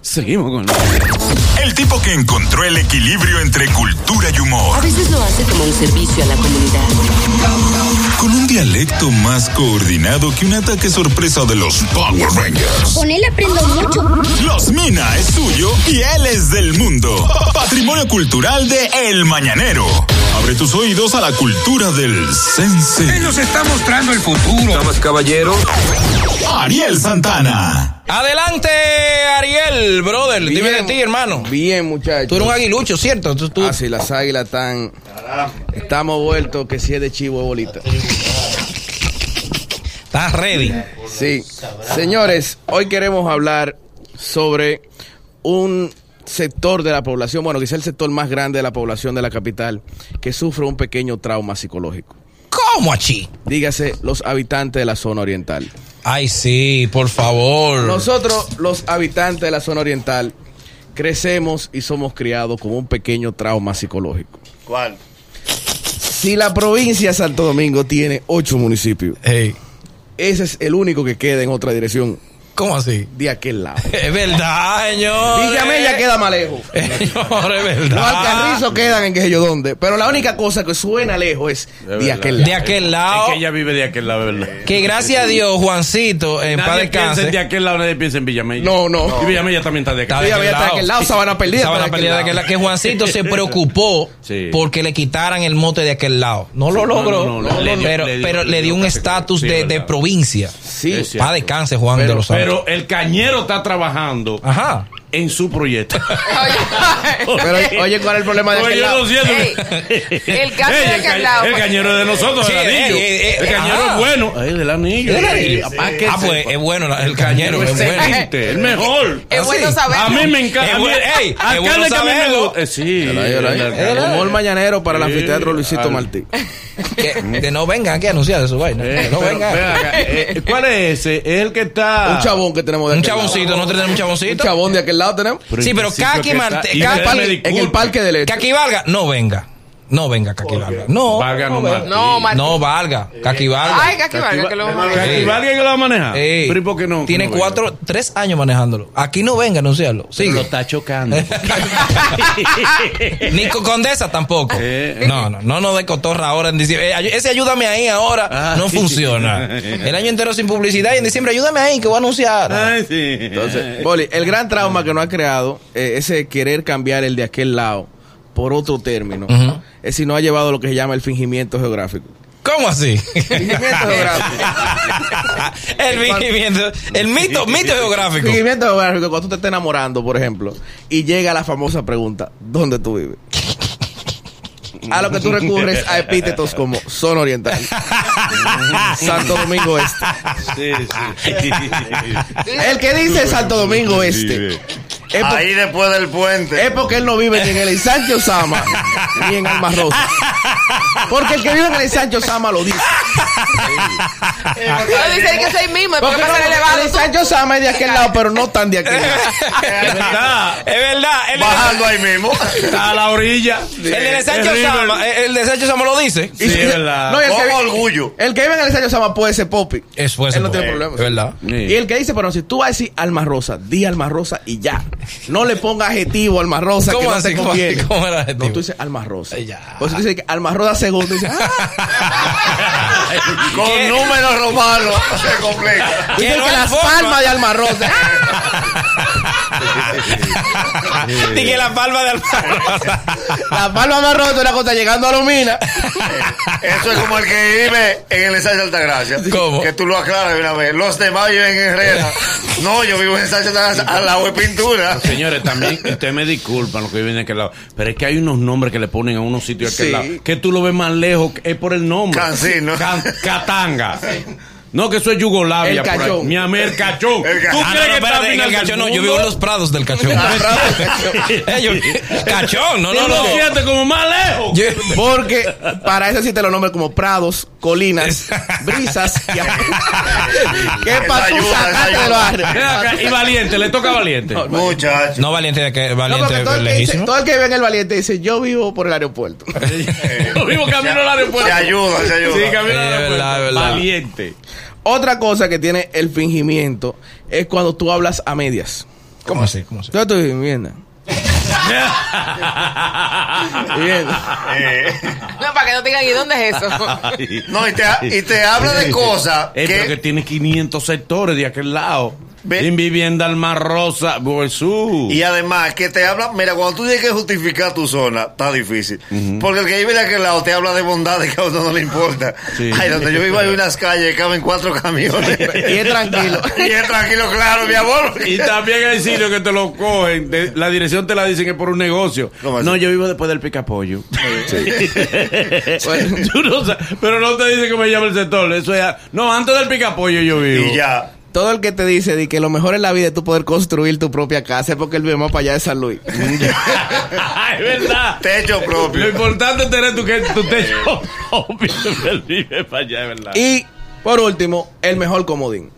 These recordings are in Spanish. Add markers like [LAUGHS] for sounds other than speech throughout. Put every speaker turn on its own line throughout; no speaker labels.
Seguimos con.
El tipo que encontró el equilibrio entre cultura y humor.
A veces lo hace como un servicio a la comunidad.
Con un dialecto más coordinado que un ataque sorpresa de los Power Rangers.
Con él aprendo mucho.
Los Mina es suyo y él es del mundo. Patrimonio cultural de El Mañanero. Abre tus oídos a la cultura del sense.
Él nos está mostrando el futuro.
Damas, caballeros.
Ariel Santana.
Adelante, Ariel, brother. Dime de ti, hermano.
Bien, muchachos.
Tú eres un aguilucho, ¿cierto? Tú, tú-
Ah, sí, las águilas están. Estamos vueltos que si es de chivo es bolita.
estás ready.
Sí. Señores, hoy queremos hablar sobre un sector de la población, bueno, quizá el sector más grande de la población de la capital, que sufre un pequeño trauma psicológico.
¿Cómo, achí?
Dígase, los habitantes de la zona oriental.
Ay, sí, por favor.
Nosotros, los habitantes de la zona oriental, crecemos y somos criados con un pequeño trauma psicológico.
¿Cuál?
Si la provincia de Santo Domingo tiene ocho municipios,
Ey,
ese es el único que queda en otra dirección
¿Cómo así?
de aquel lado.
Es verdad, señor. Eh,
Villamella queda más lejos.
Señor, es verdad.
Los alcarrizos quedan en que sé yo dónde. Pero la única cosa que suena lejos es de aquel
De
lado.
aquel lado.
Es que
que,
ella vive de aquel lado, ¿verdad?
gracias a Dios, Juancito, en paz
Nadie piensa en de
descanse.
aquel lado, nadie piensa en Villamella.
No, no.
Y Villamella también está de
Está
acá.
Villamella está de aquel lado, Sabana Perdida está
Sabana
de aquel
Perdida de aquel
lado.
lado. Que
[LAUGHS]
Juancito se preocupó
Sí.
porque le quitaran el mote de aquel lado. No lo
Sí, no,
logró,
no, no, le dio-
pero,
le dio-
pero
le
le dio
dio
un
casi-
estatus
sí,
de, de
verdad.
provincia.
Sí.
Es
Paz descanse, Juan de
Pero-
los Santos.
Pero el cañero está trabajando
Ajá.
en su proyecto.
Pero oye, ¿cuál es el problema de
Oye,
aquel
yo
lado?
no siento-
Ey, el caso
Ey,
de
el ca-
aquel lado. pues.
El cañero es de nosotros,
Sí,
del anillo.
ey, ey, ey,
el cañero
ajá.
es bueno. Ay, del anillo.
¿Era
Ey,
ahí?
papá, que
ah,
se-
pues es bueno la- el cañero, es bueno.
Excelente, el mejor.
Es bueno
sí.
saber.
A mí me encanta.
Es
a mí-
bueno- ey,
alcalde
es bueno
que a mí me
saberlo.
gusta. Eh, sí.
Ahí,
el
ahí.
alcalde.
Humor mañanero para el
Sí,
anfiteatro Luisito
al-
Martí.
Que, que no vengan aquí a anunciar de su vaina.
Eh,
Que [LAUGHS] no
pero,
vengan.
ven acá, eh, ¿Cuál es ese? Es el que está.
Un chabón que tenemos de
Un
aquel lado.
chaboncito, no tenemos un
Un
chaboncito.
chabón de aquel lado tenemos.
Sí,
en
pero
principio
Kaki
que
Marte-
está- y
Kaki-
que me
en
En el
disculpe.
parque del este.
Caqui Valga, no venga. No venga, Caqui Valga. No.
Valga
no,
nomás.
venga.
No, Martín.
No, valga. Caqui Valga.
Ay, Caqui Valga, que lo vamos a ver.
Kaki
Sí.
Valga que lo va a manejar.
Ey,
Pero ¿y por qué no?
tiene
que no
cuatro, tres años manejándolo. Aquí no venga a anunciarlo.
venga?
Sigue.
Lo está chocando.
[LAUGHS] Eh. Nico Condesa tampoco.
Eh.
No, no, no nos de cotorra ahora en diciembre. Eh, ay- ese ayúdame ahí ahora
Ah.
no funciona. El año entero sin publicidad y en diciembre ayúdame ahí que voy a anunciar.
Ay, sí.
Entonces, Boli, el gran trauma que nos ha creado, eh, ese querer cambiar el de aquel lado por otro término,
Ujú.
es si nos ha llevado a lo que se llama el fingimiento geográfico.
¿Cómo así? [LAUGHS]
Fingimiento geográfico.
el fingimiento, el mito, mito geográfico.
Fingimiento geográfico, cuando tú te estás enamorando, por ejemplo, y llega la famosa pregunta, ¿dónde tú vives? A lo que tú recurres a epítetos como zona oriental, Santo Domingo Este.
Sí, sí.
El que dice Santo Domingo Este es porque,
Ahí después del puente.
es porque él no vive ni en el ensanche Osama ni en Alma Rosa. Porque el que vive en el ensanche Osama lo dice.
Pero dice que soy mismo, después que
Porque no,
pasa el
el
elevado.
ensanche Osama es de aquel lado, pero no tan de aquel lado.
[LAUGHS]
Es verdad.
Es verdad. El,
Bajando ahí mismo. A la orilla.
el, de Sancho
Terrible.
Sama, el, el de Sancho Sama lo dice.
Sí, es verdad.
No, y el que
Con
vi-
orgullo.
El que vive en el ensanche Osama puede ser Poppy.
Es fuerza.
Él no tiene problemas.
Es verdad.
Y el que dice, pero si tú vas a decir Alma Rosa, di Alma Rosa y ya. No le ponga adjetivo a Alma Rosa.
¿Cómo
que no
así?
te
¿Cómo
conviene.
así? ¿Cómo era el adjetivo?
No, tú dices Alma Rosa.
Ay, ya.
Pues tú dices que Alma Rosa segundo. y dices, ah.
¿Qué?
Con números romanos. Se completa.
Dice
Que no
que
hay
las
forma.
palmas de Alma Rosa.
[LAUGHS]
Ah. [LAUGHS]
Dije la palma de [LAUGHS] Alfaro.
las palmas de Alma Rosa es una cosa llegando a Lumina.
Eso es como el que vive en el ensayo de Altagracia.
¿Cómo? Que
tú lo aclaras de una vez. Los demás viven en [LAUGHS] Herrera. No, yo vivo en ensayo de Altagracia al lado de pintura. Señores, también, ustedes me disculpan los que viven de aquel lado. Pero es que hay unos nombres que le ponen a unos sitios de aquel
Sí.
lado. Que tú lo ves más lejos, es por el nombre. Cancino. Catanga. No, que eso es Yugoslavia.
El
por ahí.
cachón.
Mi amor, el cachón.
Ah, no,
¿Tú crees
no,
que está al
espérate, en
final
el cachón
del
no, yo
mundo?
vivo en los prados del cachón.
Ah,
[LAUGHS] Eh, yo- cachón, no, no,
Tú lo
no.
sientes como más lejos.
Yo-
Porque para eso existen los nombres como prados,
[LAUGHS]
colinas, brisas y ¿Qué para tú sacaste del barrio?
Ven acá, Y valiente, le toca a valiente.
no, valiente de que
No,
valiente
porque todo el, que dice-
lejísimo.
todo el que vive en el valiente dice, yo vivo por el aeropuerto.
Lo mismo camino al aeropuerto. Se ayuda, se ayuda. Sí, camino al
Es
aeropuerto.
verdad, es verdad.
[LAUGHS] Valiente.
Otra cosa que tiene el fingimiento es cuando tú hablas a medias.
¿Cómo así? ¿Cómo así?
Yo estoy viviendo.
[LAUGHS]
Viviendo.
No, para que no digan, ¿y dónde es eso?
No, y te, ha- y te habla de cosas
Eh, pero que
que...
tiene 500 sectores de aquel lado.
Ve-
En vivienda Alma Rosa, Jesús.
Y además, que te habla... Mira, cuando tú tienes que justificar tu zona, está difícil. Porque el que vive de aquel lado te habla de bondades que a uno no le importa.
Sí.
Ay, donde yo vivo hay unas calles que caben cuatro camiones.
Y es tranquilo.
[LAUGHS] y es tranquilo, claro, mi amor.
Y también hay sitios que te lo cogen. de- la dirección te la dicen que por un negocio.
¿Cómo así?
No, yo vivo después del picapollo. [LAUGHS]
Bueno.
Tú no sabes, pero no te dicen que me llama el sector. Eso es. No, antes del picapollo yo vivo. [LAUGHS]
Y ya.
Todo el que te dice de que lo mejor en la vida es tú poder construir tu propia casa es porque él vive más para allá de San Luis.
es [LAUGHS] verdad.
Techo propio.
Lo importante es tener tu, que- tu techo propio. [LAUGHS] Él vive para allá, es verdad.
y por último, el mejor comodín.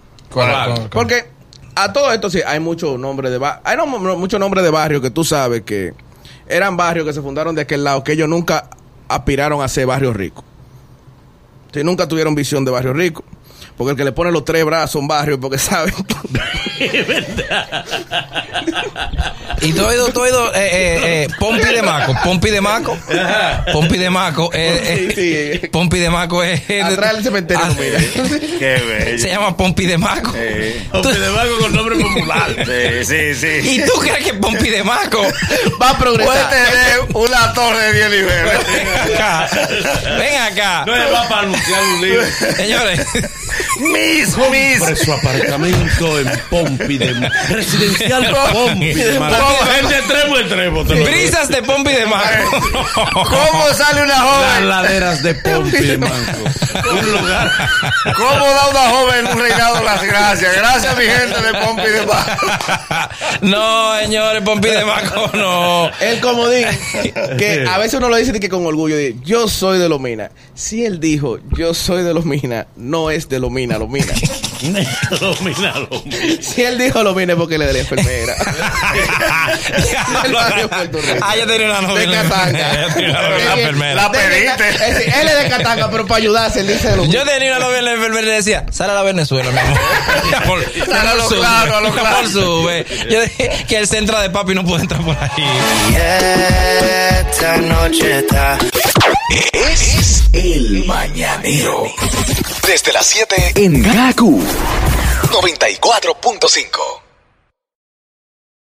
Porque a todo esto sí hay muchos nombres de barrio. Hay nom- no- muchos nombres de barrio que tú sabes que eran barrios que se fundaron de aquel lado, que ellos nunca aspiraron a ser barrios ricos. Si nunca tuvieron visión de barrio rico. Porque el que le pone los tres brazos a un barrio, porque [LAUGHS] sabe.
Y todo ido, todo ido, eh, eh, eh,
[LAUGHS]
Pompi de Maco, Pompi de Maco, Pompi de Maco, eh, eh,
Sí.
Pompi de Maco es... es-
Atrás del cementerio,
Ah,
mira.
Qué bello.
Se llama Pompi de Maco.
Eh,
Hombre de vago con nombre popular.
Sí, sí, sí.
¿Y tú crees que Pompi de Maco
Va a
Puede
progresar.
tener una torre de 10 niveles.
Ven acá, ven acá.
No es va para anunciar un libro.
Señores,
Mis, mis.
su apartamento en Pompi [LAUGHS] de Residencial Pompi de Es de extremo a extremo. te lo digo.
brisas de Pompi de Maco.
¿Cómo sale una
Las
joven?
laderas de Pompi de Manco. Un lugar.
¿Cómo da una joven un reinado las gracias? Gracias, mi gente de Pompi de Paz.
No, señores, Pompi de Maco no.
El comodín. Que a veces uno lo dice de que con orgullo. de, Yo soy de Lomina. Si él dijo, yo soy de Lomina, no es de Lomina, Lomina.
Dominado.
si él dijo Lomina es porque le de la enfermera.
[LAUGHS]
Del barrio Puerto Rico.
Ah, yo tenía una novela.
De Catanga.
[LAUGHS] Yo tenía una novela enfermera.
La
De que-
pediste.
es decir, él es de Catanga, pero para ayudarse, él dice de Lomina.
Yo tenía una novia en la enfermería y le decía, sal a la Venezuela, mi amor. Mi [LAUGHS] amor, mi
Sal a
amor,
lo
sube,
claro, a lo
mi amor,
claro.
sube. Yo dije que el centro de papi no puede entrar por ahí.
Esta noche está.
Es el mañanero.
Desde las 7
En Gaku.
94.5.